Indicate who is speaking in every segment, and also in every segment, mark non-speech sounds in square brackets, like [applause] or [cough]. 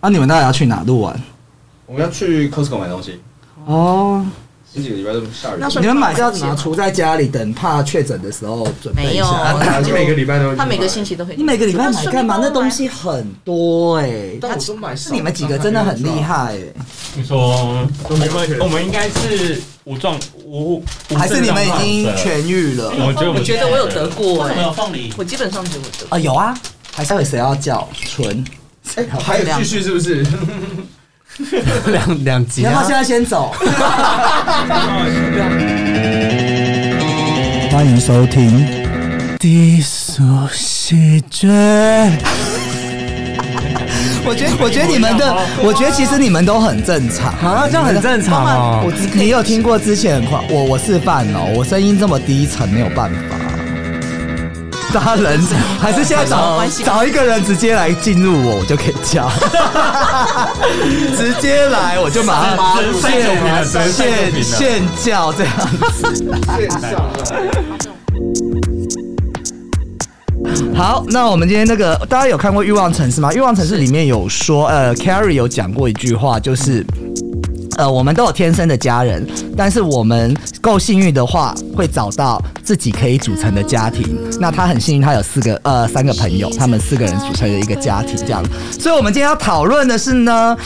Speaker 1: 啊，你们到底要去哪路玩？
Speaker 2: 我们要去 Costco 买东西，
Speaker 1: 哦，
Speaker 2: 前几个礼拜都下雨
Speaker 3: 那，时候
Speaker 1: 你们买是要拿出在家里等怕确诊的时候准备一
Speaker 3: 没
Speaker 1: 下。
Speaker 3: 有
Speaker 2: 他每个礼拜都
Speaker 3: 他每个星期都会。
Speaker 1: 你每个礼拜买干嘛？
Speaker 3: 啊顺便帮我买
Speaker 1: 那东西很多哎、欸，
Speaker 2: 但我都买少
Speaker 1: 是你们几个真的很厉，害哎、
Speaker 4: 你说
Speaker 2: 都没关系
Speaker 4: 我们应该是无状无无症状
Speaker 1: 还是你们已经
Speaker 4: 患者
Speaker 1: 痊愈了
Speaker 4: 我觉得我
Speaker 3: 我
Speaker 4: 们
Speaker 3: 觉得我有得过
Speaker 5: 为什么
Speaker 3: 哎
Speaker 5: 有，凤梨？
Speaker 3: 我基本上觉得我得过。
Speaker 1: 啊？有啊，还是有谁要叫纯？
Speaker 2: 哎，还有继续是不
Speaker 5: [laughs]
Speaker 2: 是？
Speaker 6: 两两集
Speaker 1: 你要不
Speaker 6: 啊
Speaker 1: 要现在先
Speaker 6: [laughs]
Speaker 1: 走？欢迎收听，
Speaker 6: 低俗喜剧，
Speaker 1: 我觉得我觉得你们的，我觉得其实你们都很正常
Speaker 6: 啊这样很正常哦
Speaker 1: 我你有听过之前很夸我我示范哦，我声音这么低沉没有办法。大家人还是现在找找一个人直接来进入我，我就可以
Speaker 4: [laughs]
Speaker 1: 叫，直接来我就马上
Speaker 4: 直接塞酒瓶了直接塞酒瓶
Speaker 1: 现
Speaker 4: 了
Speaker 1: 现叫这样。
Speaker 2: 线上
Speaker 1: 好，那我们今天那个大家有看过《欲望城市》吗？《欲望城市》里面有说，呃，Carrie 有讲过一句话，就是。呃，我们都有天生的家人，但是我们够幸运的话，会找到自己可以组成的家庭。那他很幸运，他有四个呃三个朋友，他们四个人组成了一个家庭，这样。所以我们今天要讨论的是呢，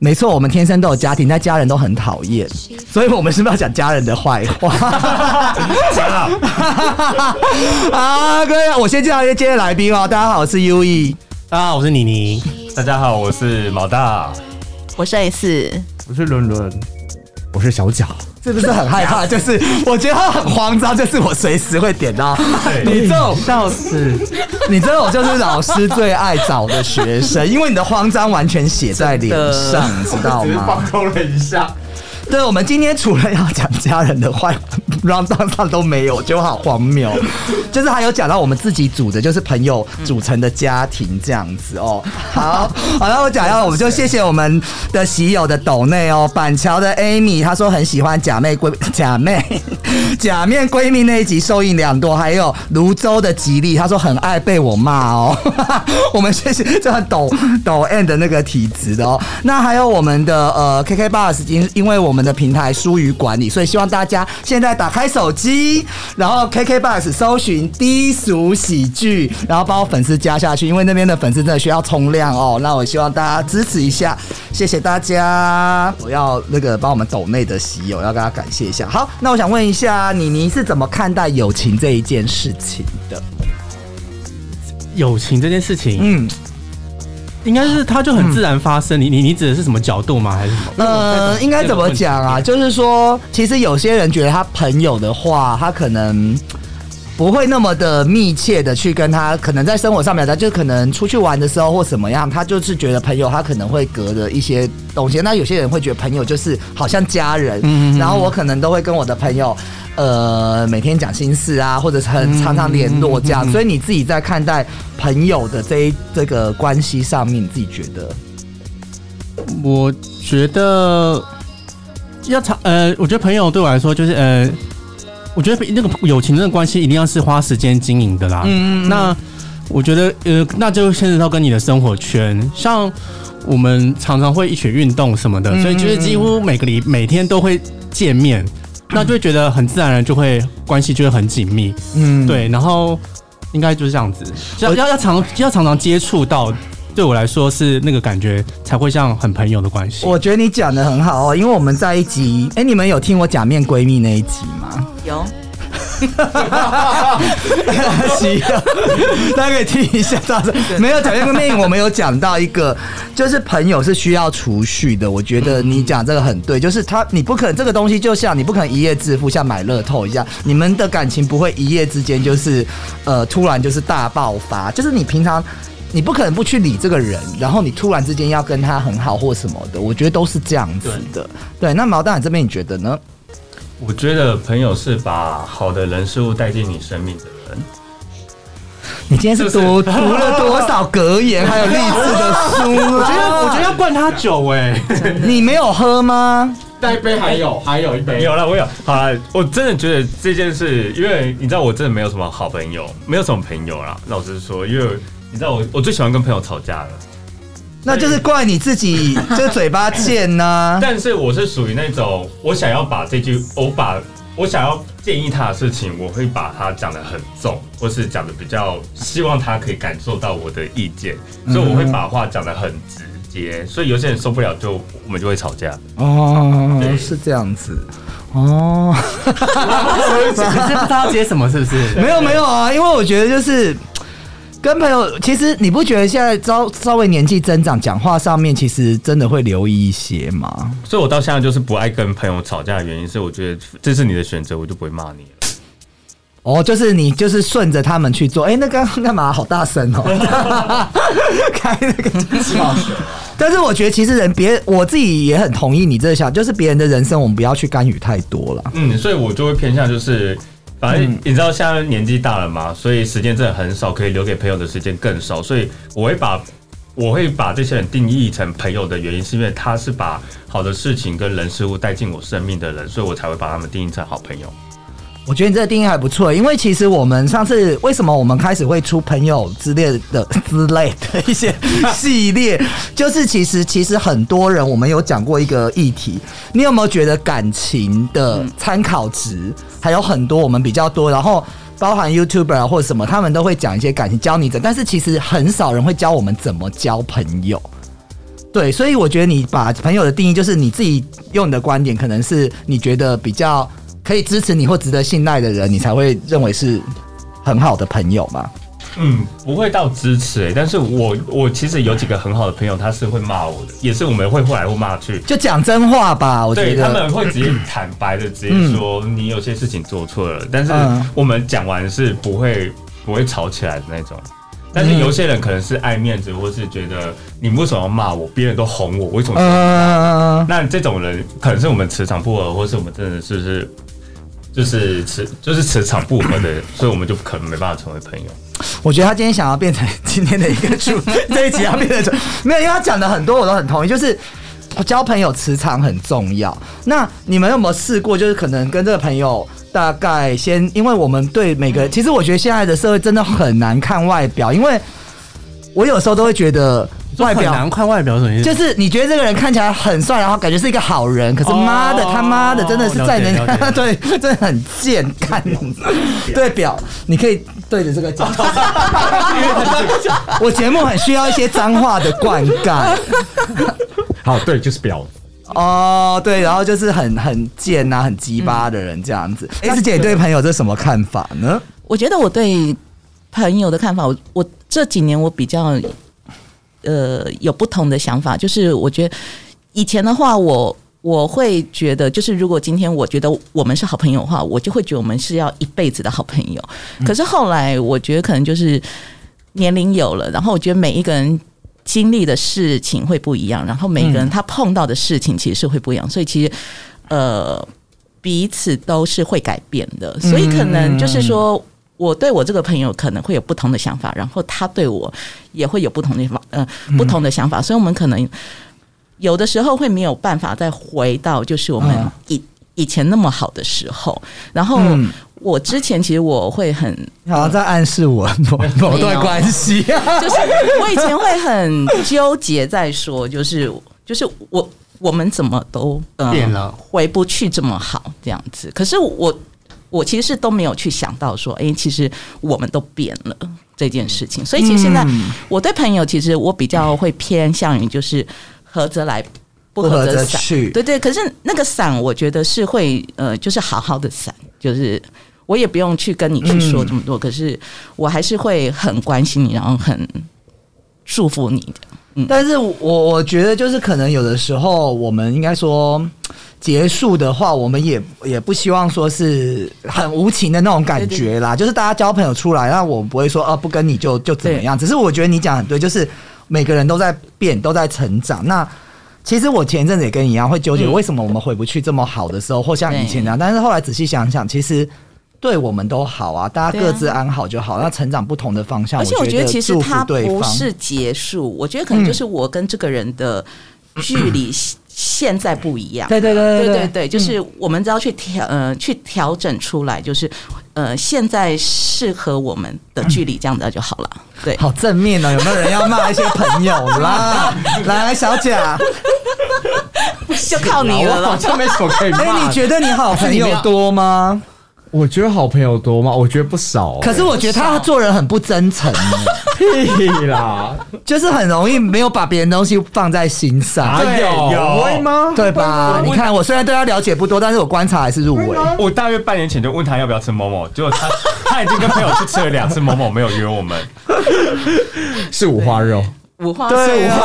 Speaker 1: 没错，我们天生都有家庭，但家人都很讨厌，所以我们是不是要讲家人的坏话？ [laughs] 讲啊！ [laughs] 啊，各位，我先介绍一下今天的来宾哦。大家好，我是 U E。
Speaker 6: 大家好，我是妮妮。
Speaker 4: 大家好，我是毛大，
Speaker 3: 我上一次
Speaker 5: 我是伦伦，
Speaker 6: 我是小贾，
Speaker 1: 是不是很害怕？就是我觉得他很慌张，就是我随时会点到你这种，
Speaker 6: 笑死！
Speaker 1: 你这种就是老师最爱找的学生，因为你的慌张完全写在脸上，你知道
Speaker 2: 只是
Speaker 1: 吗
Speaker 2: 放？空了一下，
Speaker 1: 对，我们今天除了要讲家人的 [laughs] 坏 round down 上都没有，就好荒谬。就是还有讲到我们自己组的，就是朋友组成的家庭这样子哦。好， [laughs] 好了，我讲到，我们就谢谢我们的喜友的斗内哦，板桥的 Amy，她说很喜欢假妹闺 [laughs] 假妹假面闺蜜那一集受益良多，还有泸州的吉利，她说很爱被我骂哦。 [laughs] 我们谢谢这抖抖 N 哦的那个体质的哦。那还有我们的呃 KK Bus，因因为我们的平台疏于管理，所以希望大家现在打开手机，然后 KK Bus 搜寻低俗喜剧，然后把我粉丝加下去，因为那边的粉丝真的需要冲量哦。那我希望大家支持一下，谢谢大家。我要那个帮我们抖内的喜友，要跟他感谢一下。好，那我想问一下你，你是怎么看待友情这一件事情的？
Speaker 6: 友情这件事情，
Speaker 1: 嗯。
Speaker 6: 应该是它就很自然发生。你你你指的是什么角度吗？还是什么？
Speaker 1: 呃，应该怎么讲啊？就是说，其实有些人觉得他朋友的话，他可能不会那么的密切的去跟他，可能在生活上面，他就可能出去玩的时候或怎么样，他就是觉得朋友他可能会隔着一些东西。那有些人会觉得朋友就是好像家人，然后我可能都会跟我的朋友。呃，每天讲心事啊，或者是很常常联络这样，所以你自己在看待朋友的这一这个关系上面，你自己觉得
Speaker 6: 我觉得要长呃，我觉得朋友对我来说就是呃，我觉得那个友情那个关系一定要是花时间经营的啦。嗯嗯那我觉得呃，那就牵扯到跟你的生活圈，像我们常常会一起运动什么的，所以就是几乎每个礼每天都会见面，那就会觉得很自然而然就会关系就会很紧密。
Speaker 1: 嗯，
Speaker 6: 对，然后应该就是这样子，要要要常要常常接触到，对我来说是那个感觉才会像很朋友的关系。
Speaker 1: 我觉得你讲的很好哦，因为我们在一集，哎、你们有听我假面闺蜜那一集吗？
Speaker 3: 有
Speaker 1: [laughs] 是啊，大家可以听一下。到时候没有假面闺蜜，我们有讲到一个，就是朋友是需要储蓄的。我觉得你讲这个很对，就是他，你不可能这个东西，就像你不可能一夜致富，像买乐透一样，你们的感情不会一夜之间就是，呃，突然就是大爆发，就是你平常。你不可能不去理这个人，然后你突然之间要跟他很好或什么的，我觉得都是这样子的。对，那毛蛋这边你觉得呢？
Speaker 4: 我觉得朋友是把好的人事物带进你生命的人。
Speaker 1: 你今天是读读了多少格 [laughs] 言还有励志的书
Speaker 6: 我觉得
Speaker 1: 啊？
Speaker 6: 我觉得要灌他酒哎、
Speaker 1: 你没有喝吗？
Speaker 2: 那一杯还有还有一杯，
Speaker 4: 有了，我有。好了，我真的觉得这件事，因为你知道，我真的没有什么好朋友，没有什么朋友啦。老实说，因为你知道我，我最喜欢跟朋友吵架了。
Speaker 1: 那就是怪你自己，这嘴巴贱呐、
Speaker 4: 但是我是属于那种，我想要把这句，我把我想要建议他的事情，我会把它讲得很重，或是讲得比较希望他可以感受到我的意见，所以我会把话讲得很直接。所以有些人受不了就，我们就会吵架。
Speaker 1: 哦，
Speaker 4: 对
Speaker 1: 是这样子。哦，
Speaker 6: [laughs] 你是不知道接什么是不是？
Speaker 1: 没有没有啊，因为我觉得就是跟朋友，其实你不觉得现在稍稍微年纪增长，讲话上面其实真的会留意一些吗？
Speaker 4: 所以我到现在就是不爱跟朋友吵架的原因是，我觉得这是你的选择，我就不会骂你了。
Speaker 1: 哦，就是你就是顺着他们去做，哎、那刚刚干嘛？好大声哦，开那个
Speaker 2: 是吗？
Speaker 1: 但是我觉得其实人别我自己也很同意你这个想，就是别人的人生我们不要去干预太多了。
Speaker 4: 嗯，所以我就会偏向就是，反正你知道现在年纪大了嘛，所以时间真的很少，可以留给朋友的时间更少，所以我会把。我会把这些人定义成朋友的原因，是因为他是把好的事情跟人事物带进我生命的人，所以我才会把他们定义成好朋友。
Speaker 1: 我觉得你这个定义还不错，因为其实我们上次为什么我们开始会出朋友之类的之类的一些系列，就是其实其实很多人我们有讲过一个议题，你有没有觉得感情的参考值还有很多我们比较多，然后包含 YouTuber 啊或者什么，他们都会讲一些感情教你怎，但是其实很少人会教我们怎么交朋友。对，所以我觉得你把朋友的定义就是你自己用你的观点，可能是你觉得比较可以支持你或值得信赖的人，你才会认为是很好的朋友嘛。
Speaker 4: 嗯，不会到支持、欸，但是我我其实有几个很好的朋友，他是会骂我的，也是我们会后来会骂去，
Speaker 1: 就讲真话吧，我觉
Speaker 4: 对他
Speaker 1: 得。
Speaker 4: 们会直接坦白的直接说你有些事情做错了，但是
Speaker 1: 嗯
Speaker 4: 我们讲完是不会不会吵起来的那种。但是有些人可能是爱面子，或是觉得你们为什么要骂我？别人都哄我，为什么？
Speaker 1: 嗯，
Speaker 4: 那这种人可能是我们磁场不合，或是我们真的是是就是磁就是磁场不合的，所以我们就可能没办法成为朋友。
Speaker 1: 我觉得他今天想要变成 [laughs] 今天的一个主，这一集要变成主，没有，因为他讲的很多我都很同意，就是交朋友磁场很重要。那你们有没有试过，就是可能跟这个朋友大概先，因为我们对每个，其实我觉得现在的社会真的很难看外表，因为我有时候都会觉得
Speaker 6: 外
Speaker 1: 外
Speaker 6: 表
Speaker 1: 表
Speaker 6: 难看外表什么意思？
Speaker 1: 就是你觉得这个人看起来很帅，然后感觉是一个好人，可是
Speaker 6: 哦
Speaker 1: 妈的他妈的真的是在人
Speaker 6: 了解
Speaker 1: 家
Speaker 6: 了
Speaker 1: [laughs]
Speaker 6: 解
Speaker 1: 对，真的很贱，看你对表，你可以对着这个
Speaker 6: [laughs]
Speaker 1: 讲。我节目很需要一些脏话的灌溉
Speaker 5: 好，对，就是婊子。
Speaker 1: 哦，对，然后就是很很贱呐、很鸡巴的人这样子。S
Speaker 6: 嗯
Speaker 1: 姐，你对朋友这什么看法呢？
Speaker 3: 我觉得我对朋友的看法，我我这几年我比较呃有不同的想法，就是我觉得以前的话我。我会觉得，就是如果今天我觉得我们是好朋友的话，我就会觉得我们是要一辈子的好朋友。
Speaker 4: 嗯
Speaker 3: 可是后来，我觉得可能就是年龄有了，然后我觉得每一个人经历的事情会不一样，然后每个人他碰到的事情其实是会不一样，所以其实呃彼此都是会改变的，所以可能就是说。我对我这个朋友可能会有不同的想法，然后他对我也会有不同的法呃不同的想法，所以我们可能有的时候会没有办法再回到就是我们
Speaker 1: 嗯
Speaker 3: 以、以前那么好的时候。然后
Speaker 1: 嗯
Speaker 3: 我之前其实我会很
Speaker 6: 嗯
Speaker 1: 好像在暗示我某某段关系。
Speaker 3: [laughs] 就是我以前会很纠结在说，就是就是我我们怎么都、呃
Speaker 6: 变了
Speaker 3: 回不去这么好这样子。可是我我其实是都没有去想到说，哎、其实我们都变了这件事情。所以其实现在
Speaker 1: 嗯
Speaker 3: 我对朋友，其实我比较会偏向于就是合则来。
Speaker 1: 不
Speaker 3: 不
Speaker 1: 合
Speaker 3: 合
Speaker 1: 则
Speaker 3: 则散，
Speaker 1: 去
Speaker 3: 对对。可是那个散，我觉得是会呃，就是好好的散，就是我也不用去跟你去
Speaker 1: 嗯
Speaker 3: 说这么多。可是我还是会很关心你，然后很祝福你的。
Speaker 1: 但是我我觉得就是可能有的时候我们应该说结束的话，我们也也不希望说是很无情的那种感觉啦，就是大家交朋友出来，那我不会说啊不跟你就就怎么样，只是我觉得你讲得很对，就是每个人都在变，都在成长。那其实我前一阵子也跟你一样会纠结，
Speaker 3: 嗯
Speaker 1: 为什么我们回不去这么好的时候，或像以前那样。但是后来仔细想想，其实对我们都好啊，大家
Speaker 3: 对啊
Speaker 1: 各自安好就好。那成长不同的方向，
Speaker 3: 而且我觉
Speaker 1: 啊觉
Speaker 3: 得其实
Speaker 1: 祝
Speaker 3: 它
Speaker 1: 福对
Speaker 3: 不
Speaker 1: 方
Speaker 3: 是结束，我觉得可能就是我跟这个人的距离现在不一样。
Speaker 1: 嗯对对对嗯
Speaker 3: 对
Speaker 1: 对
Speaker 3: 对对，就是我们只要去调呃去调整出来，就是呃现在适合我们的距离，这样子就好了。对，
Speaker 1: 好正面哦，有没有人要骂一些朋友
Speaker 4: [laughs]
Speaker 1: 啦？来来，小贾，
Speaker 3: 就靠你了
Speaker 5: 我好啊
Speaker 3: 啦。
Speaker 5: 像没什么可以
Speaker 1: 哎、
Speaker 5: 骂
Speaker 1: 你
Speaker 5: 的。
Speaker 1: 觉得你好朋友多吗？
Speaker 5: 我觉得好朋友多吗？我觉得不少。
Speaker 1: 可是我觉得他做人很不真
Speaker 4: [laughs]
Speaker 1: 诚，
Speaker 5: 屁
Speaker 1: [laughs]
Speaker 5: 啦，
Speaker 1: 就是很容易没有把别人东西放在心上，
Speaker 4: 哎
Speaker 5: 哪有
Speaker 4: 有
Speaker 5: 会吗？
Speaker 1: 对吧？你看，我虽然对他了解不多，但是我观察还是入围。
Speaker 4: 我大约半年前就问他要不要吃某某，结果他他已经跟朋友去吃了两次某某，没有约我们。
Speaker 5: 是五花肉，
Speaker 3: 五花
Speaker 1: 对啊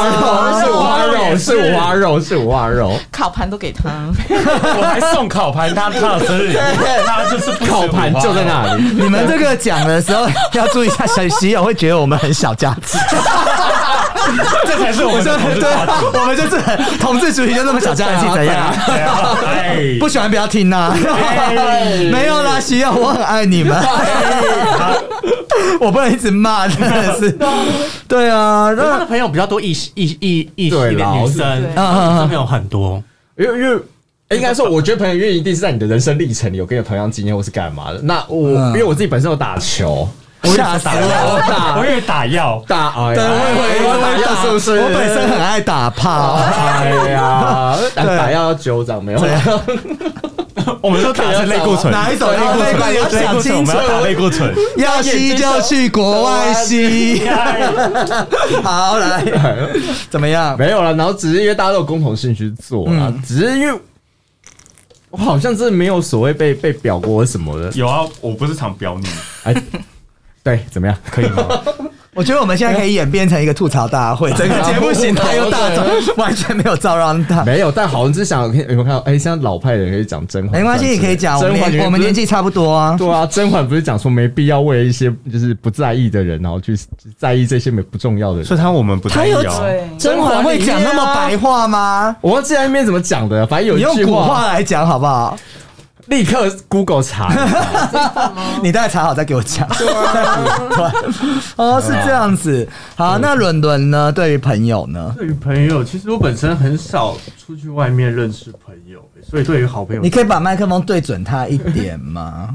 Speaker 5: 是五花肉，是五花肉，是五花肉，
Speaker 3: 烤盘都给
Speaker 1: [laughs]
Speaker 3: 他，
Speaker 4: 我还送烤盘他他的生日礼物，他就是不吃
Speaker 5: 烤盘
Speaker 4: 五花
Speaker 5: 就在那里。
Speaker 1: 你们这个讲的时候要注意一下，小喜友会觉得我们很小家子，
Speaker 4: 这才 [laughs] 是我们的同志
Speaker 1: 对
Speaker 4: 话
Speaker 1: 啊
Speaker 4: 题。，
Speaker 1: 我们就是很同志主义，就那么小家子气，怎样？
Speaker 4: [laughs] 对啊哎，
Speaker 1: 不喜欢不要听 [laughs] 呐、没有啦，喜友，我很爱你 [laughs] 们，我不能一直骂，真的是，对啊，
Speaker 6: 他
Speaker 1: 那
Speaker 6: 的朋友比较多异性异异异
Speaker 5: 对
Speaker 6: 性的
Speaker 5: 啦
Speaker 6: 女
Speaker 5: 我
Speaker 6: 生，
Speaker 3: 对
Speaker 6: 女生朋友很多。
Speaker 5: 因为
Speaker 4: [laughs]
Speaker 5: 因为应该说，我觉得朋友因为一定是在你的人生历程里有跟你同样经验或是干嘛的。那我、
Speaker 1: 嗯
Speaker 5: 因为我自己本身有打球，
Speaker 1: 吓死我！
Speaker 5: 打 [laughs]
Speaker 4: 我以为哦打药，
Speaker 5: 打哎呀，
Speaker 1: 我
Speaker 5: 打是不是？
Speaker 1: 我本身很爱打炮，
Speaker 5: 哎呀，打
Speaker 1: 对
Speaker 5: 打要九掌没有啦？
Speaker 4: 我们都打的是类固醇，
Speaker 1: 哪一种哦
Speaker 4: 类
Speaker 1: 要
Speaker 4: 固
Speaker 1: 类
Speaker 4: 醇？
Speaker 1: 管要
Speaker 4: 类
Speaker 1: 想
Speaker 4: 固醇，
Speaker 1: 清
Speaker 4: 我们
Speaker 1: 楚，
Speaker 4: 要打类固醇。
Speaker 1: 要吸就去国外吸。好，来，怎么样？
Speaker 5: [laughs] 没有了。然后只是因为大家都有共同兴趣做啦，
Speaker 1: 嗯
Speaker 5: 只是因为我好像真的没有所谓被被表过什么
Speaker 4: [laughs]
Speaker 5: 的。
Speaker 4: 有啊，我不是常表你，
Speaker 5: 哎，对，怎么样？
Speaker 4: 可以吗？
Speaker 1: 我觉得我们现在可以演变成一个吐槽大 [laughs] 会，整个节目形态又大 [laughs] 众，完全没有照让他。
Speaker 5: 没有，但好像只想有没有看到？哎、像老派的人可以讲真话，
Speaker 1: 没关系，你可以讲，我
Speaker 5: 甄
Speaker 1: 们
Speaker 5: 嬛里
Speaker 1: 年
Speaker 5: 面
Speaker 1: 我们
Speaker 5: 不是
Speaker 1: 年纪差不多 [laughs] 啊。
Speaker 5: 对啊，甄嬛不是讲说没必要为一些就是不在意的人，然后去在意这些没不重要的人
Speaker 4: 所。以他我们不
Speaker 1: 他
Speaker 4: 太一
Speaker 1: 有
Speaker 4: 样。
Speaker 1: 甄嬛会讲那么白话吗？
Speaker 5: 我忘记在那边怎么讲的，反正有
Speaker 1: 你
Speaker 5: 一
Speaker 1: 用
Speaker 5: 句
Speaker 1: 古
Speaker 5: 话，
Speaker 1: 话来讲好不
Speaker 5: [laughs]
Speaker 1: 好？
Speaker 5: 立刻 Google
Speaker 1: [laughs]
Speaker 5: 查。
Speaker 1: 你待会查好再给我讲。对，
Speaker 5: 啊
Speaker 1: [laughs] 哦，是这样子。好，那伦伦呢？对于朋友呢？
Speaker 7: 对于朋友，其实我本身很少出去外面认识朋友，所以对于好朋友，
Speaker 1: 你可以把麦克风对准他一点
Speaker 7: [laughs]
Speaker 1: 吗？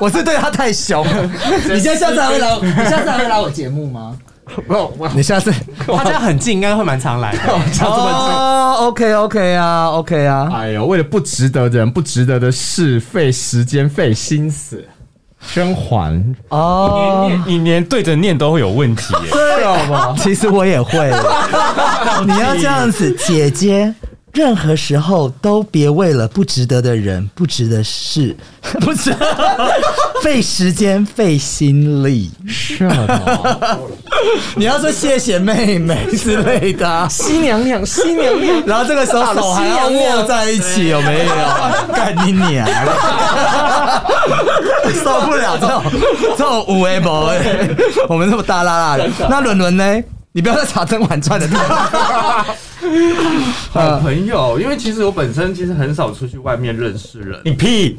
Speaker 1: 我是对他太凶了。你现在下次还会来？你下次还会来我节目
Speaker 7: [laughs]
Speaker 1: 吗？你下次
Speaker 6: 他家很近，应该会蛮常来的。
Speaker 1: 哦，OK OK 啊，OK 啊，
Speaker 5: 哎呦，为了不值得的人、不值得的事，费时间、费心思。甄嬛，
Speaker 1: 哦，
Speaker 4: 你你连对着念都会有问题耶。
Speaker 1: 对哦，其实我也会。你要这样子，姐姐。任何时候都别为了不值得的人、不值得事、不值得费时间、费心力。
Speaker 5: 是啊
Speaker 1: [laughs]
Speaker 5: 吗？
Speaker 1: 你要说谢谢妹妹之类的啊、
Speaker 5: 西娘娘，西娘娘，
Speaker 1: 然后这个时候手还要握在一起，有没有？干你娘！受不了这种这种无为博哎，我们这么大啦啦的。那伦伦呢？你不要再查《甄嬛传》的地方。
Speaker 7: 好呃朋友，因为其实我本身其实很少出去外面认识人，
Speaker 4: [laughs]
Speaker 7: [laughs]
Speaker 4: 你屁！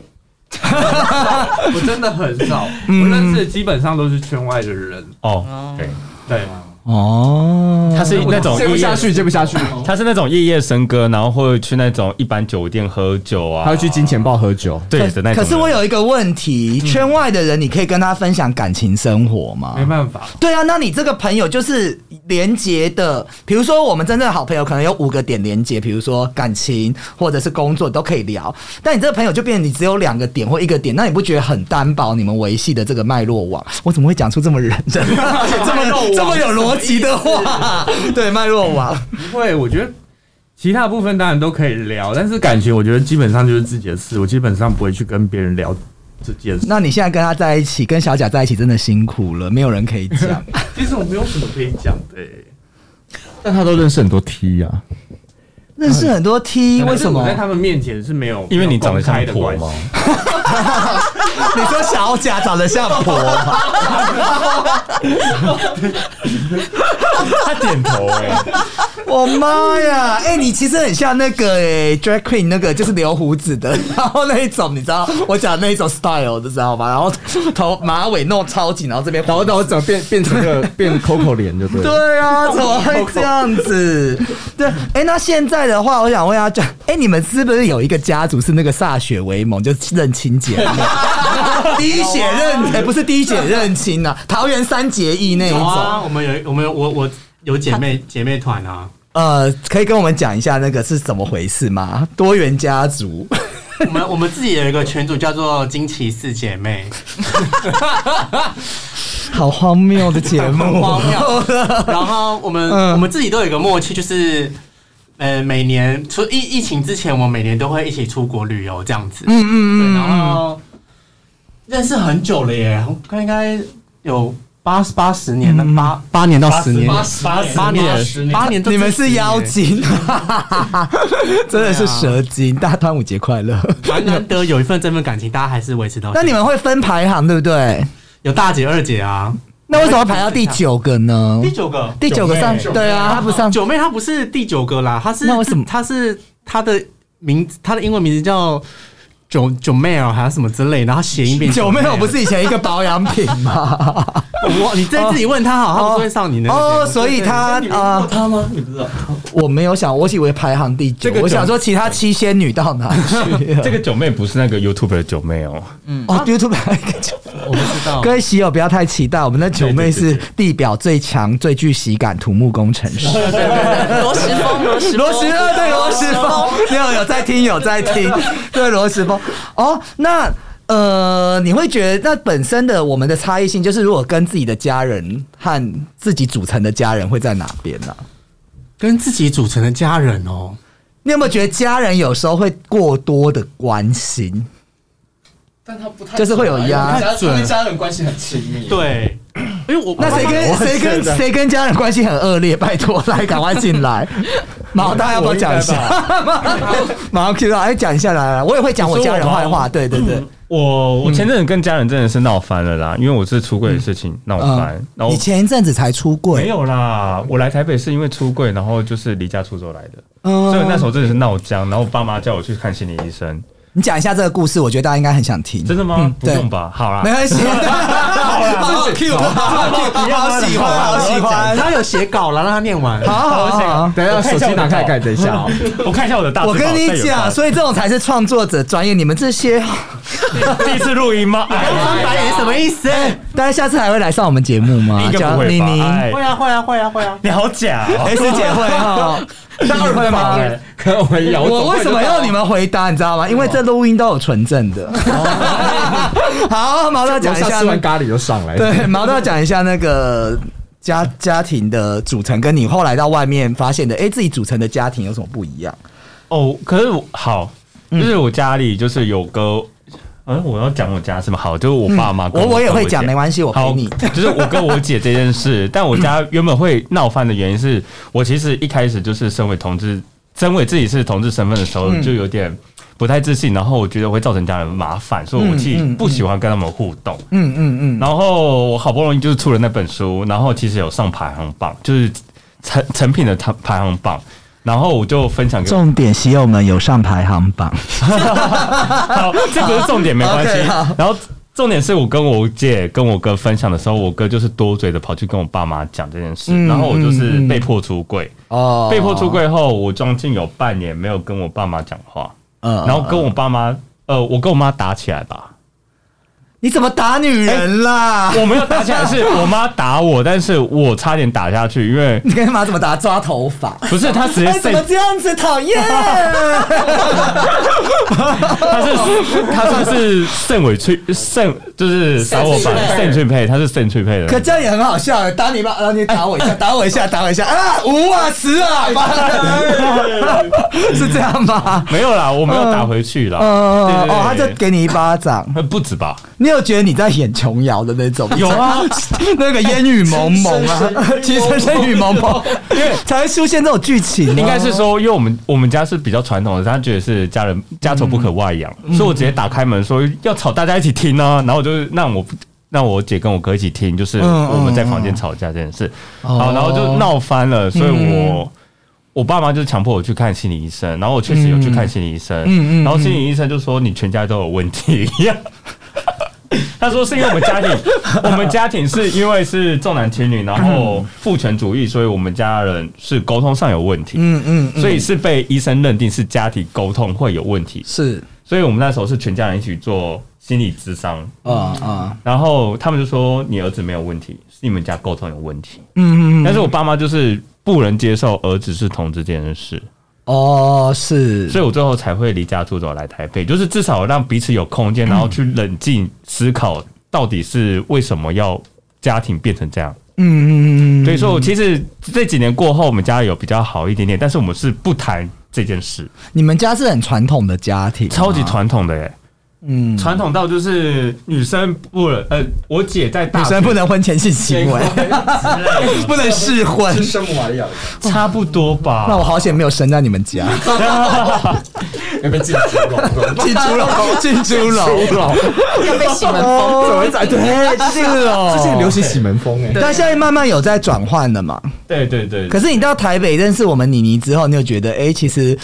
Speaker 7: 我真的很 [laughs] 少，我认识的基本上都是圈外的人，
Speaker 4: 哦，对，
Speaker 7: 对，
Speaker 1: 哦，
Speaker 4: 他是那种
Speaker 5: 接不
Speaker 1: [laughs]
Speaker 5: 下去，接不下去，
Speaker 4: 他是那种夜夜笙歌，然后会去那种一般酒店喝酒啊，
Speaker 5: 他要去金钱豹喝酒。
Speaker 4: 对的那种人。
Speaker 1: 可是我有一个问题，圈外的人你可以跟他分享感情生活吗？
Speaker 7: 没办法，
Speaker 1: 对啊，那你这个朋友就是连接的，比如说我们真正的好朋友可能有五个点连接，比如说感情或者是工作都可以聊，但你这个朋友就变成你只有两个点或一个点，那你不觉得很单薄？你们维系的这个脉络网，我怎么会讲出这么认真、这么 [laughs] 这么有逻辑的话？ [laughs] 对，脉络网，
Speaker 7: 不会，我觉得。其他部分当然都可以聊，但是感情我觉得基本上就是自己的事，我基本上不会去跟别人聊这件事。
Speaker 1: 那你现在跟他在一起，跟小贾在一起真的辛苦了，没有人可以讲。
Speaker 7: 其实我没有什么可以讲的、欸，
Speaker 5: 但他都认识很多 T 啊，
Speaker 1: 认识很多 T，为什么
Speaker 7: 哎我？在他们面前是没有，
Speaker 4: 因为你长得像
Speaker 7: 没有公
Speaker 4: 婆
Speaker 7: 开的
Speaker 4: 嘛
Speaker 7: 关
Speaker 1: [laughs]
Speaker 7: 系。，
Speaker 1: 你说小贾长得像婆吗？
Speaker 4: 他点头哎、
Speaker 1: 我妈呀！哎、你其实很像那个哎、d r a g Queen 那个，就是留胡子的，然后那一种，你知道我讲那一种 style 的，知道吗？然后头马尾弄超紧，然后这边
Speaker 5: 然后到整变变成个变 Coco 脸就对了。
Speaker 1: 对啊，怎么会这样 [laughs] 子？对，哎、那现在的话，我想问一下， [laughs] 就哎、你们是不是有一个家族是那个歃血为盟，就是认亲姐妹？滴血认哎，不是滴血认亲啊，桃园三结义那一
Speaker 6: 有啊，
Speaker 1: 种。
Speaker 6: 我们有我们有我我有姐妹姐妹团啊，
Speaker 1: 呃，可以跟我们讲一下那个是怎么回事吗？多元家族，
Speaker 6: 我们我们自己有一个群组叫做惊奇四姐妹，
Speaker 1: 好荒谬的节目， [laughs]
Speaker 6: 荒谬。 [laughs] 然后我们、我们自己都有一个默契，就是呃，每年出疫疫情之前，我们每年都会一起出国旅游这样子。嗯嗯嗯。然后认识很久了耶，我看应该有八八十年了，八嗯八年到十年
Speaker 2: 八十八十
Speaker 6: 八
Speaker 2: 八
Speaker 6: 年
Speaker 2: 十年
Speaker 6: 八年到
Speaker 1: 你们
Speaker 6: 这
Speaker 1: 是
Speaker 6: 十
Speaker 1: 妖
Speaker 6: 年
Speaker 1: 精， [laughs] 真的是蛇精。大家端午节快 [laughs] 乐！
Speaker 6: 蛮难得有一份这份感情，大家还是维持到现在。
Speaker 1: 那你们会分排行对不对？
Speaker 6: 有大姐、二姐啊？
Speaker 1: 那为什么排到第九个呢？
Speaker 6: 第九个，
Speaker 1: 第九个上
Speaker 2: 九妹
Speaker 1: 对啊，他不上
Speaker 6: 九妹她不是第九个啦，她是
Speaker 1: 那为什么
Speaker 6: 她是她的名字，她的英文名字叫九九妹儿，还是什么之类，然后谐音变
Speaker 1: 九妹，我不
Speaker 6: 儿
Speaker 1: 是以前一个保养品吗？
Speaker 6: 我，你再自己问她好，她不是会上你那个
Speaker 1: 哦，
Speaker 6: 节目
Speaker 1: 所以他啊，
Speaker 2: 他吗？你不知道
Speaker 1: 我没有想，我以为排行第九
Speaker 4: 这，个
Speaker 1: 我
Speaker 4: 九
Speaker 1: 想说其他七仙女到哪去了？
Speaker 4: 这个九妹不是那个 YouTube 的九妹哦，
Speaker 1: [laughs] 哦，YouTube 还有一个九妹
Speaker 6: 我不知道
Speaker 1: 各。位喜友不要太期待，我们的九妹是地表最强、最具喜感土木工程师。
Speaker 3: 罗时峰，罗时峰
Speaker 1: 罗时呃，对罗时峰，有有在听，有在
Speaker 3: [laughs]
Speaker 1: 听，对罗时峰。哦，那呃，你会觉得那本身的我们的差异性，就是如果跟自己的家人和自己组成的家人会在哪边呢、
Speaker 6: 跟自己组成的家人哦，
Speaker 1: 你有没有觉得家人有时候会过多的关心？
Speaker 2: 但他不太
Speaker 1: 就是会有压
Speaker 2: 他
Speaker 6: 准
Speaker 2: 跟家人关系很亲密。，
Speaker 6: 对，因为我
Speaker 1: 那谁跟谁跟谁跟家人关系很恶劣？拜托，来，赶快
Speaker 2: [laughs]
Speaker 1: 进来。毛大要不要讲一下？ [laughs] 马上 Q 到，哎，讲一下来来，我也会讲我家人坏话，对对对。
Speaker 4: 我
Speaker 1: 嗯
Speaker 4: 我前阵子跟家人真的是闹翻了啦，因为我是出柜的事情闹翻，然后
Speaker 1: 嗯啊你前一阵子才出柜，
Speaker 4: 没有啦，我来台北是因为出柜，然后就是离家出走来的，
Speaker 1: 嗯
Speaker 4: 所以我那时候真的是闹僵，然后我爸妈叫我去看心理医生，
Speaker 1: 你讲一下这个故事，我觉得大家应该很想听。
Speaker 4: 真的吗？不
Speaker 1: 嗯对
Speaker 4: 用吧，好啦
Speaker 1: 没，关系，好 Q，好 Q，好喜欢，好喜欢，
Speaker 6: 他有写稿了，让他念完。
Speaker 1: 好好好。
Speaker 5: 等一下手机拿开看，等一下哦。
Speaker 4: 我看一下我的大字
Speaker 1: 我
Speaker 4: 报，
Speaker 1: 跟你讲，
Speaker 4: 以
Speaker 1: 所以这种才是创作者专业。你们这些，
Speaker 4: 第一次录音吗？哎呀
Speaker 6: 翻白眼什么意思？
Speaker 1: 大家下次还会来上我们节目吗？
Speaker 4: 应该
Speaker 1: 叫
Speaker 4: 不会
Speaker 1: 妮
Speaker 4: 吧？
Speaker 1: 妮
Speaker 4: 哎
Speaker 6: 会啊，会啊，会啊，会啊！
Speaker 4: 你好假
Speaker 1: [laughs]
Speaker 4: 哦！
Speaker 1: ，S 姐会哈，二会吗？ [laughs]
Speaker 5: 可我们摇
Speaker 1: 我为什么要你们回答？你知道吗？因为这录音都有纯正的。好，毛豆讲一下
Speaker 5: 吃，完咖喱就上来？
Speaker 1: [laughs] 对，毛豆讲一下那个家家庭的组成，跟你后来到外面发现的，哎、自己组成的家庭有什么不一样？
Speaker 4: 哦，可是我好，
Speaker 1: 嗯
Speaker 4: 就是我家里就是有个，嗯，我要讲我家是吗？好，就是我嗯爸妈、跟
Speaker 1: 嗯我我也会讲，
Speaker 4: 姐
Speaker 1: 没关系，我陪
Speaker 4: 好
Speaker 1: 你。，
Speaker 4: 就是我跟我姐这件事，但我家原本会闹翻的原因是我其实一开始就是身为同志，身为自己是同志身份的时候，
Speaker 1: 嗯
Speaker 4: 就有点不太自信，然后我觉得会造成家人麻烦，所以我其实
Speaker 1: 嗯嗯
Speaker 4: 不喜欢跟他们互动。
Speaker 1: 嗯嗯嗯，
Speaker 4: 然后我好不容易就是出了那本书，然后其实有上排行榜，就是成成品的排排行榜，然后我就分享给我
Speaker 1: 重点，喜友们有上排行榜。
Speaker 4: [laughs] 好，这不是重点，没关系
Speaker 1: OK，好。
Speaker 4: 然后重点是我跟我姐跟我哥分享的时候，我哥就是多嘴的跑去跟我爸妈讲这件事，
Speaker 1: 嗯
Speaker 4: 然后我就是被迫出柜。
Speaker 1: 哦
Speaker 4: 被迫出，柜后，我将近有半年没有跟我爸妈讲话，
Speaker 1: 嗯
Speaker 4: 然后跟我爸妈，呃，我跟我妈打起来
Speaker 1: [laughs]
Speaker 4: 吧。
Speaker 1: 你怎么打女人啦？
Speaker 4: 我没有打起来，是我妈打我，但是我差点打下去，因为
Speaker 1: [laughs] 你干嘛怎么打？抓头
Speaker 4: [laughs]
Speaker 1: 发？
Speaker 4: 不是她直接
Speaker 1: [laughs] 哎，怎么
Speaker 4: 塞，
Speaker 1: 这样子？讨厌！
Speaker 4: [laughs] 她是她算是盛委去盛，就是少我吧，盛翠佩，她是盛翠佩的。
Speaker 1: 可这样也很好笑，打你吧，然后你打我一
Speaker 4: 哎
Speaker 1: 下，打我一下，打我一下啊！五啊十
Speaker 4: [laughs]
Speaker 1: 啊，妈
Speaker 4: 哎
Speaker 1: 的 [laughs] 是这样吗？
Speaker 4: [laughs] 没有啦，我没有打回去啦。
Speaker 1: 呃
Speaker 4: 对对，对
Speaker 1: 哦，他就给你一巴掌。
Speaker 4: 呃不止吧？
Speaker 1: 你有觉得你在演琼瑶的那种？
Speaker 4: 有啊，
Speaker 1: [laughs] 那个烟雨蒙蒙啊，其实烟雨蒙蒙，因为才会出现这种剧情啊。
Speaker 4: 应该是说，因为我们我们家是比较传统的，他觉得是家人
Speaker 1: 嗯
Speaker 4: 家丑不可外扬，所以我直接打开门说要吵，大家一起听啊。然后我就让我让我姐跟我哥一起听，就是
Speaker 1: 嗯
Speaker 4: 我们在房间吵架这件事。
Speaker 1: 哦嗯
Speaker 4: 好，然后就闹翻了，所以我。我爸妈就强迫我去看心理医生，然后我确实有去看心理医生，
Speaker 1: 嗯嗯嗯嗯
Speaker 4: [laughs] 然后心理医生就说你全家都有问题，他说是因为我们
Speaker 1: [laughs]
Speaker 4: 家庭，我们家庭是因为是重男轻女，然
Speaker 1: 嗯
Speaker 4: 后父权主义，所以我们家人是沟通上有问题，
Speaker 1: 嗯嗯嗯，
Speaker 4: 所以是被医生认定是家庭沟通会有问题，
Speaker 1: 是
Speaker 4: 所以我们那时候是全家人一起做心理咨商，
Speaker 1: 啊啊，
Speaker 4: 然后他们就说你儿子没有问题，是你们家沟通有问题，
Speaker 1: 嗯嗯嗯，
Speaker 4: 但是我爸妈就是不能接受儿子是同志这件事，
Speaker 1: 哦是，
Speaker 4: 所以我最后才会离家出走来台北，就是至少让彼此有空间，然后去冷静思考到底是为什么要家庭变成这样。
Speaker 1: 嗯嗯嗯嗯，
Speaker 4: 所以说，我其实这几年过后，我们家有比较好一点点，但是我们是不谈这件事，
Speaker 1: 你们家是很传统的家庭，
Speaker 4: 超级，传统的耶、
Speaker 1: 嗯，
Speaker 4: 传统到就是女生不能，呃，我姐在大
Speaker 1: 女
Speaker 4: 学
Speaker 1: 生不能婚前性行为， [laughs] 不能试婚
Speaker 2: 是。生娃养的，
Speaker 4: 差不多吧？
Speaker 1: 那我好险没有生在你们 [laughs] 家，
Speaker 2: 有没有进猪
Speaker 5: [laughs] 哦
Speaker 2: 笼？
Speaker 1: 进猪笼，进猪笼，
Speaker 3: 要被洗门风。
Speaker 1: 哦，怎么在？对，是哦，
Speaker 7: 之前流行洗门风哎、
Speaker 1: 但现在慢慢有在转换了嘛。
Speaker 4: 对对对，
Speaker 1: 可是你到台北认识我们妮妮之后，你有觉得，哎、其实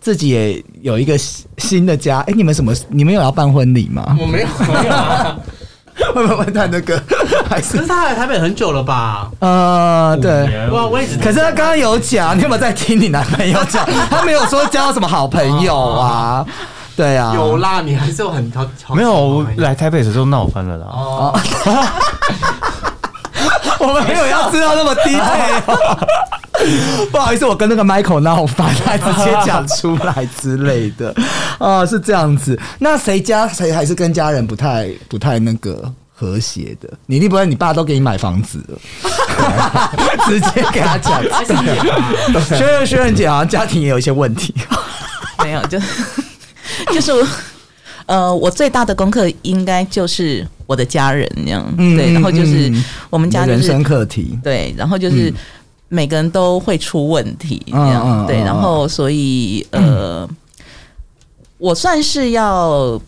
Speaker 1: 自己也有一个新新的家。哎、你们什么？你们有要办婚礼吗？
Speaker 2: 我没有，
Speaker 1: 会不会他那个 [laughs] 还
Speaker 6: 可 [laughs]
Speaker 1: 是
Speaker 6: 是他来台北很久了吧？
Speaker 1: 呃，
Speaker 4: 五
Speaker 1: 对。
Speaker 4: 年
Speaker 6: 哇，我一直
Speaker 1: 可是他刚刚有讲，你有没有在听你男朋友讲？他没有说交什么好朋友啊，对啊，
Speaker 6: 有啦，你还是有很好好
Speaker 4: 没有我
Speaker 6: 好
Speaker 4: 来台北的时候闹翻了啦。
Speaker 1: 我们没有要知道那么 detail 哦。 [laughs] 不好意思，我跟那个 Michael 闹翻，他直接讲出来之类的，哦，是这样子。那谁家谁还是跟家人不太不太那个和谐的？你一定不会，你爸都给你买房
Speaker 3: [laughs]
Speaker 1: 子了，直接给他讲。 [laughs] 薛仁薛仁姐好像家庭也有一些问题，
Speaker 3: 没有，就 [laughs] 就是我呃，我最大的功课应该就是我的家人那样，
Speaker 1: 嗯
Speaker 3: 对，然后就是
Speaker 1: 嗯嗯
Speaker 3: 我们家就
Speaker 1: 人
Speaker 3: 是
Speaker 1: 生课题。
Speaker 3: 对，然后就是每个人都会出问题这样，
Speaker 1: 嗯嗯
Speaker 3: 对，
Speaker 1: 嗯
Speaker 3: 然后所以呃，我算是要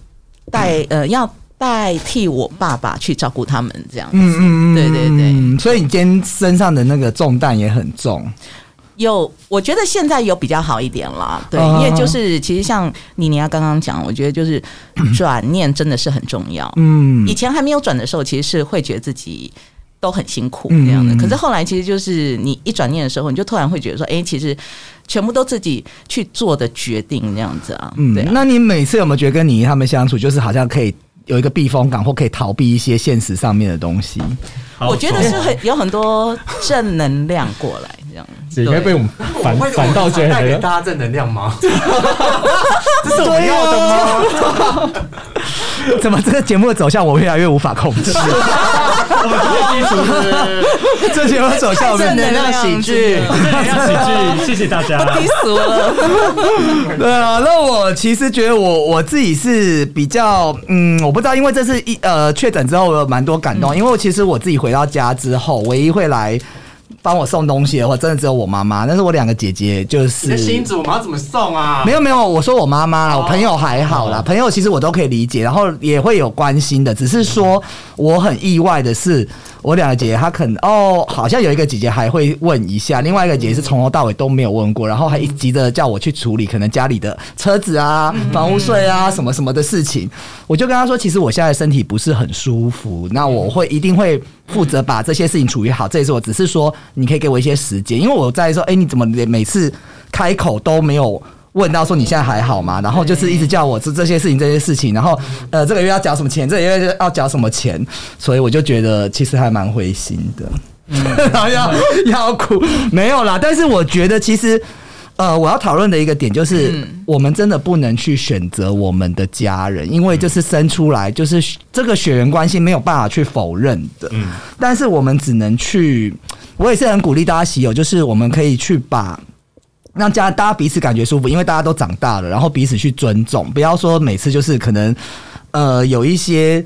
Speaker 3: 代
Speaker 1: 嗯
Speaker 3: 呃要代替我爸爸去照顾他们这样子，
Speaker 1: 嗯
Speaker 3: 对对对，
Speaker 1: 对，所以你今天身上的那个重担也很重。
Speaker 3: 有，我觉得现在有比较好一点啦，对，
Speaker 1: 嗯
Speaker 3: 因为就是其实像妮妮亚刚刚讲，我觉得就是
Speaker 1: [clears throat]
Speaker 3: 转念真的是很重要。
Speaker 1: 嗯
Speaker 3: 以前还没有转的时候，其实是会觉得自己都很辛苦
Speaker 1: 嗯
Speaker 3: 这样的，
Speaker 1: 嗯嗯
Speaker 3: 可是后来其实就是你一转念的时候，你就突然会觉得说，哎、其实全部都自己去做的决定这样子啊，
Speaker 1: 嗯
Speaker 3: 对，啊。
Speaker 1: 那你每次有没有觉得跟你他们相处，就是好像可以有一个避风港，或可以逃避一些现实上面的东西？
Speaker 4: 好
Speaker 3: 我觉得是很有很多正能量过来这样，
Speaker 7: 姐应该
Speaker 3: [laughs]
Speaker 7: 被我们反反倒觉得
Speaker 6: 带给
Speaker 7: 很
Speaker 6: 大家正能量 [laughs] 吗？
Speaker 1: 这是我要的吗？ [laughs] 怎么这个节目的走向我越来越无法控 [laughs] 制？这节目的走向我越来越
Speaker 3: 喜剧，
Speaker 4: 喜剧，谢谢大家。
Speaker 3: 低俗了。 [laughs]
Speaker 1: 对啊，那我其实觉得我我自己是比较嗯，我不知道，因为这次一呃确诊之后，我有蛮多感动，因为其实我自己回到家之后，唯一会来。帮我送东西的话，真的只有我妈妈。但是我两个姐姐就是
Speaker 6: [laughs] 你的新主我们要怎么送啊？
Speaker 1: 没有没有，我说我妈妈啦，我朋友还好啦，朋友其实我都可以理解，然后也会有关心的，只是说我很意外的是，我两个姐姐她可能哦，好像有一个姐姐还会问一下，另外一个姐姐是从头到尾都没有问过，然后还一急着叫我去处理可能家里的车子啊、房屋税啊什么什么的事情，我就跟她说，其实我现在身体不是很舒服，那我会一定会。负责把这些事情处理好，这也是我只是说，你可以给我一些时间，因为我在说，哎、你怎么连每次开口都没有问到说你现在还好吗？然后就是一直叫我这这些事情这些事情，然后呃这个月要缴什么钱，这个月要缴什么钱，所以我就觉得其实还蛮灰心的，然后 [laughs] 要要哭没有啦，但是我觉得其实。呃，我要讨论的一个点就是，我们真的不能去选择我们的家人，因为就是生出来就是这个血缘关系没有办法去否认的。嗯，但是我们只能去，我也是很鼓励大家喜友，就是我们可以去把让家大家彼此感觉舒服，因为大家都长大了，然后彼此去尊重，不要说每次就是可能呃有一些。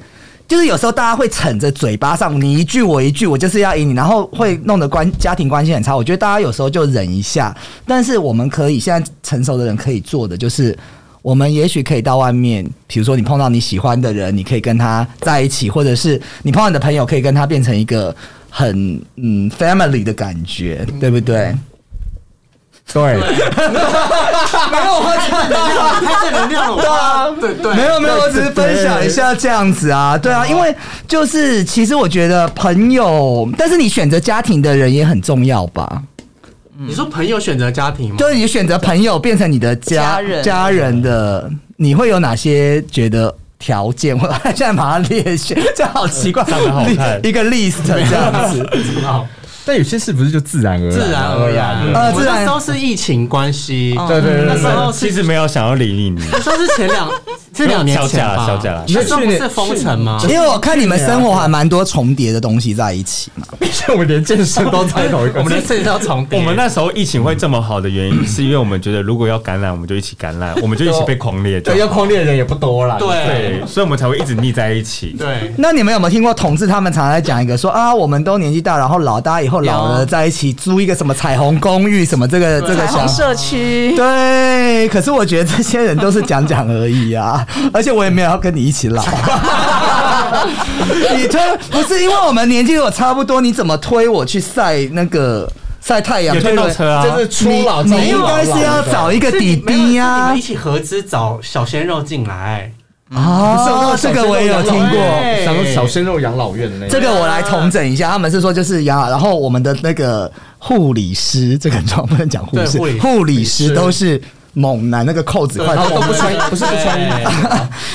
Speaker 1: 就是有时候大家会逞着嘴巴上你一句我一句，我就是要赢你，然后会弄得关家庭关系很差。我觉得大家有时候就忍一下，但是我们可以现在成熟的人可以做的就是，我们也许可以到外面，比如说你碰到你喜欢的人，你可以跟他在一起，或者是你碰到你的朋友，可以跟他变成一个很嗯 family 的感觉，对不对？
Speaker 5: 对，
Speaker 1: 没有，我只
Speaker 6: 太正能量了，哇，对对
Speaker 1: 没有没有，我只是分享一下这样子啊，对啊，因为就是其实我觉得朋友，但是你选择家庭的人也很重要吧？
Speaker 6: 你说朋友选择家庭吗？
Speaker 1: 就是你选择朋友变成你的家
Speaker 3: 家人
Speaker 1: 家人的，你会有哪些觉得？条件，我现在把它列选，这好奇怪，
Speaker 4: 上得好看
Speaker 1: 一个 list 这样
Speaker 4: [laughs]
Speaker 1: 子。
Speaker 5: 但有些事不是就自然而啊然，
Speaker 6: 自然而然，
Speaker 1: 呃
Speaker 6: 我
Speaker 1: 自然
Speaker 6: 那时候是疫情关系，
Speaker 3: 哦
Speaker 5: 对对对
Speaker 6: 那
Speaker 5: 对
Speaker 6: 时
Speaker 4: [laughs]
Speaker 6: 候
Speaker 4: 其
Speaker 6: 是
Speaker 4: 实没有想要理你，你
Speaker 6: 那时候是前两是两年
Speaker 4: 小
Speaker 6: 前
Speaker 4: 贾
Speaker 6: 吧，
Speaker 4: 小贾啦
Speaker 6: 那时候不是封城吗？
Speaker 1: [laughs] 因为我看你们
Speaker 4: 啊
Speaker 1: 生活还蛮多重叠的东西在一起嘛，
Speaker 5: 毕竟我们连健身都在同一个
Speaker 6: [laughs] 我。们的甚至要重叠，
Speaker 4: 我们那时候疫情会这么好的原因，是因为我们觉得如果要感染，我们就一起感染，我们就一起被狂猎就
Speaker 5: 对，
Speaker 4: 好。
Speaker 5: 要狂猎的人也不多啦。
Speaker 6: 对
Speaker 4: 对，所以我们才会一直腻在一起。
Speaker 6: 对
Speaker 1: 那你们有没有听过同志他们常常在讲一个说啊，我们都年纪大，然后老，大家以后老了
Speaker 6: 有
Speaker 1: 在一起租一个什么彩虹公寓什么这个
Speaker 3: [laughs]
Speaker 1: 这个
Speaker 3: 彩
Speaker 1: 想
Speaker 3: 虹社区，
Speaker 1: 对，可是我觉得这些人都是讲讲而已啊，而且我也没有要跟你一起老。 [laughs] 你推不是因为我们年纪有差不多，你怎么推我去晒那个晒太阳？
Speaker 4: 有
Speaker 1: 推
Speaker 4: 电
Speaker 1: 我
Speaker 4: 动车啊，
Speaker 5: 就是初老，
Speaker 1: 你应该是要找一个
Speaker 6: 是
Speaker 1: 弟
Speaker 6: 你
Speaker 1: 弟呀、
Speaker 6: 没有是你
Speaker 1: 啊
Speaker 6: 们一。起合资找小鲜肉进来，
Speaker 1: 哦，这个我也有听过。
Speaker 5: 想说小鲜肉养老院的那
Speaker 1: 这
Speaker 5: 个。
Speaker 1: 个我来统整一下，他们是说就是呀，然后我们的那个护理师，这个我不能讲护士
Speaker 6: 对护理，
Speaker 1: 护理师都是猛男，那个扣子快
Speaker 5: 然
Speaker 1: 爆
Speaker 5: 后都不穿，不是不穿衣服，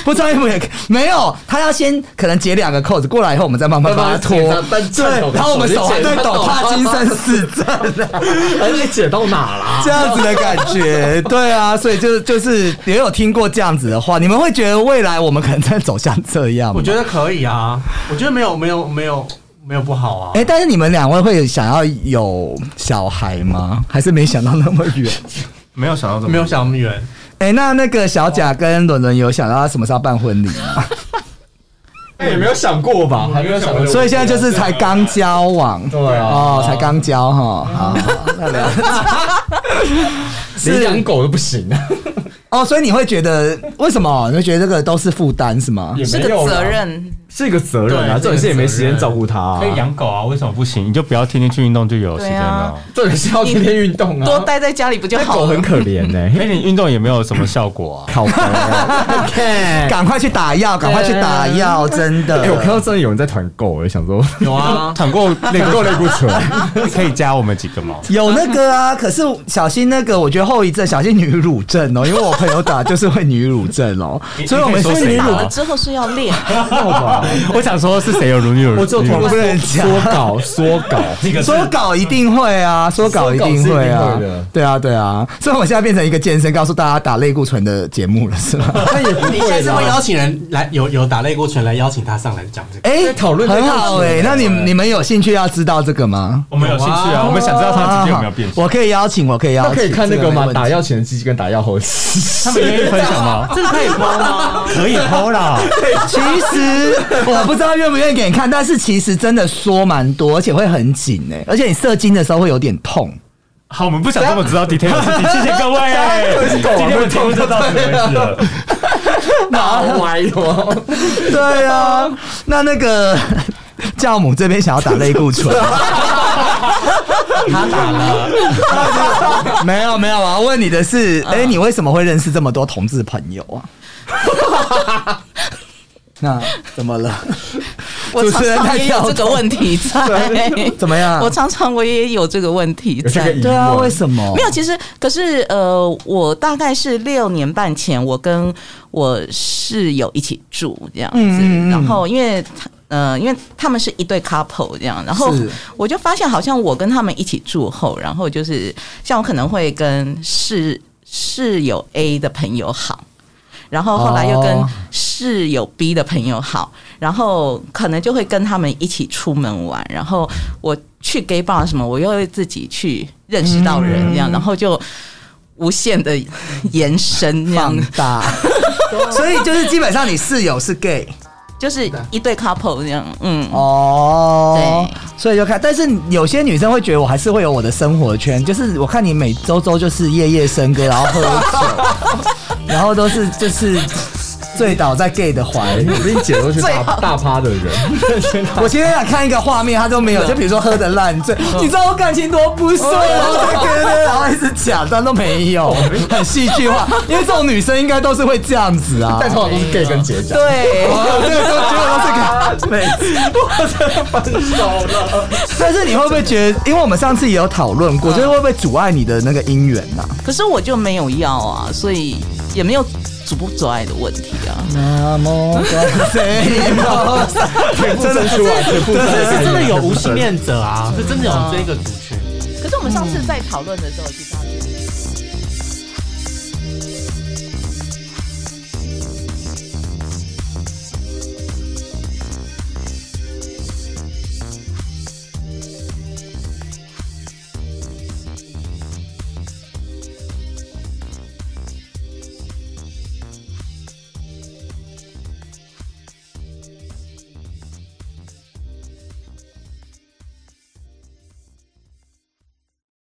Speaker 1: 不穿衣服也可以没有，他要先可能解两个扣子过来以后，我们再慢慢把它脱。
Speaker 5: 慢慢解但
Speaker 1: 对，然后我们手还在抖，帕金森氏症啊，
Speaker 5: 而且解到哪啦？
Speaker 1: 这样子的感觉。对啊，所以就是就是也有听过这样子的话，你们会觉得未来我们可能在走向这样吗？
Speaker 6: 我觉得可以啊，我觉得没有没有没有没有不好啊
Speaker 1: 哎、。但是你们两位会想要有小孩吗？还是没想到那么远？
Speaker 4: 没有想到这么
Speaker 6: 没有想那么远，
Speaker 1: [laughs] 哎、那那个小贾跟伦伦有想到他什么时候办婚礼吗？
Speaker 5: 哎，也没有想过吧？还没有想过。
Speaker 1: 所以现在就是才刚交往，
Speaker 5: 对啊
Speaker 1: 哦，才刚交哈，好，好 [laughs] 那了解。
Speaker 5: 连养狗都不行啊，
Speaker 1: 哦，所以你会觉得为什么？你会觉得这个都是负担是吗？
Speaker 5: 也
Speaker 3: 是
Speaker 5: 没
Speaker 3: 个
Speaker 5: 有啦
Speaker 3: 责，任。
Speaker 5: 是一个责任啊。
Speaker 6: 对
Speaker 5: 这种事也没时间照顾它啊
Speaker 4: 可，以养狗啊，为什么不行？你就不要天天去运动就有时间了。
Speaker 5: 这种是要天天运动啊。
Speaker 3: 多待在家里不就
Speaker 5: 那
Speaker 3: 好
Speaker 5: 狗
Speaker 3: 了
Speaker 5: 哦很？可怜
Speaker 4: [laughs] 哎、
Speaker 5: 呢，
Speaker 4: 你运动也没有什么效果
Speaker 5: [laughs]
Speaker 4: 啊。
Speaker 5: 靠背啊。看
Speaker 1: 赶快去打药，赶快去打药，真的。
Speaker 5: 哎、我看到真的有人在团购，我就想说，
Speaker 6: 有 [laughs] 啊，
Speaker 4: 躺过
Speaker 5: 内购类不纯，
Speaker 4: 可以加我们几个吗？
Speaker 1: 有那个啊，可是小心那个，我觉得后遗症，小心女乳症哦，因为我朋友打就是会女乳症 [laughs] 哦，所以我们
Speaker 4: 你可以说谁
Speaker 3: 打
Speaker 4: 啊
Speaker 3: 了之后是要练，啊
Speaker 5: [laughs]
Speaker 4: 我想说是谁有如女有
Speaker 5: 我只有
Speaker 4: 女
Speaker 5: 团
Speaker 1: 不能讲
Speaker 5: 缩稿，缩稿，
Speaker 4: 那个是
Speaker 1: 说稿一定会啊，说稿一定会
Speaker 5: 嗯说稿
Speaker 1: 啊
Speaker 5: 是一定会的，
Speaker 1: 对啊，对啊，所以我们现在变成一个健身告诉大家打类固醇的节目了，是吗？
Speaker 5: [laughs] 那也不
Speaker 6: 你下
Speaker 5: 会
Speaker 6: 次会
Speaker 5: 啦。
Speaker 6: 邀请人来，有有打类固醇来邀请他上来讲这个。
Speaker 1: 哎
Speaker 5: 在讨论
Speaker 1: 很
Speaker 5: 类固
Speaker 1: 好
Speaker 5: 醇
Speaker 1: 哎，
Speaker 5: 欸
Speaker 1: 那你你们有兴趣要知道这个吗？
Speaker 4: 我们有兴趣啊，我们想知道他们之间有没有变
Speaker 1: 我
Speaker 4: 性。
Speaker 1: 可以邀请，我可以邀
Speaker 5: 那
Speaker 1: 请，
Speaker 5: 可以看那
Speaker 1: 这
Speaker 5: 个
Speaker 1: 没
Speaker 5: 吗？
Speaker 1: 问题
Speaker 5: 打药 [laughs] 前的鸡鸡跟打药后的鸡 [laughs] 鸡，
Speaker 4: 他们愿意分享吗？
Speaker 6: 这个可以播 [laughs] 吗？
Speaker 4: 可以剖啦，
Speaker 1: [laughs] 其实我不知道愿不愿意给你看，但是其实真的缩蛮多，而且会很紧哎、而且你射精的时候会有点痛。
Speaker 4: 好，我们不想这么知道 detail 的事情，谢谢各位。今天我们节目就到此为止了。
Speaker 5: 打
Speaker 6: Oh
Speaker 5: 歪
Speaker 6: [laughs]
Speaker 5: 了。
Speaker 1: 对 [laughs] 啊，那那个 [laughs] 教母这边想要打类固 [laughs] 醇，
Speaker 6: 他打了，
Speaker 1: [laughs] 没有没有，我要问你的是，哎、你为什么会认识这么多同志朋友啊？ [laughs] 那怎么了？
Speaker 3: 我常
Speaker 1: 主持人
Speaker 3: 常
Speaker 1: 太
Speaker 3: 也
Speaker 1: 跳
Speaker 3: 有这个问
Speaker 1: [laughs]
Speaker 3: 题在。
Speaker 1: 怎么样
Speaker 3: 我？常常我也有这个问题
Speaker 5: 有这个
Speaker 3: 在
Speaker 5: 疑。
Speaker 1: 对啊，
Speaker 5: 问
Speaker 1: 为什么？
Speaker 3: 没有，其实可是呃，我大概是六年半前，我跟我室友一起住这样子，
Speaker 1: 嗯嗯嗯
Speaker 3: 然后因为他呃，因为他们是一对 couple 这样，然后
Speaker 1: 是
Speaker 3: 我就发现好像我跟他们一起住后，然后就是像我可能会跟室室友 A 的朋友好。然后后来又跟
Speaker 1: 哦
Speaker 3: 室友 B 的朋友好，然后可能就会跟他们一起出门玩，然后我去 gay bar 什么，我又会自己去认识到人
Speaker 1: 嗯
Speaker 3: 这样，然后就无限的延伸这样
Speaker 1: 放， [laughs] 大，所以就是基本上你室友是 gay。
Speaker 3: 就是一对 couple 这样，嗯，
Speaker 1: 哦，
Speaker 3: 对
Speaker 1: 所以就看，但是有些女生会觉得我还是会有我的生活圈，就是我看你每 [laughs] 周周就是夜夜笙歌，然后喝酒，然后都是就是醉倒在 gay 的怀
Speaker 5: [laughs]
Speaker 1: 里。
Speaker 7: 我跟你姐都是
Speaker 3: 最
Speaker 7: 大
Speaker 3: 好
Speaker 7: 大趴的人，
Speaker 1: 我今天想看一个画面，他都没有，就比如说喝的烂醉，你知道我感情多不顺，然后在跟然后一直假装都没有，很戏剧化。因为这种女生应该都是会这样子啊，
Speaker 7: 但通常都是 gay 跟姐讲。
Speaker 3: 对，
Speaker 1: 哦，对，都结果都是个妹子，我真的分手了。但是你会不会觉得，因为我们上次也有讨论过，就是会不会阻碍你的那个姻缘啊呐？
Speaker 3: 可是我就没有要啊，所以也没有阻不阻碍的问题啊。
Speaker 1: 那么 [laughs] 感谢你们，真的是
Speaker 6: 可是是真的有无性恋者啊，是真的有这个族群。
Speaker 3: 可是我们上次在讨论的时候，其实他。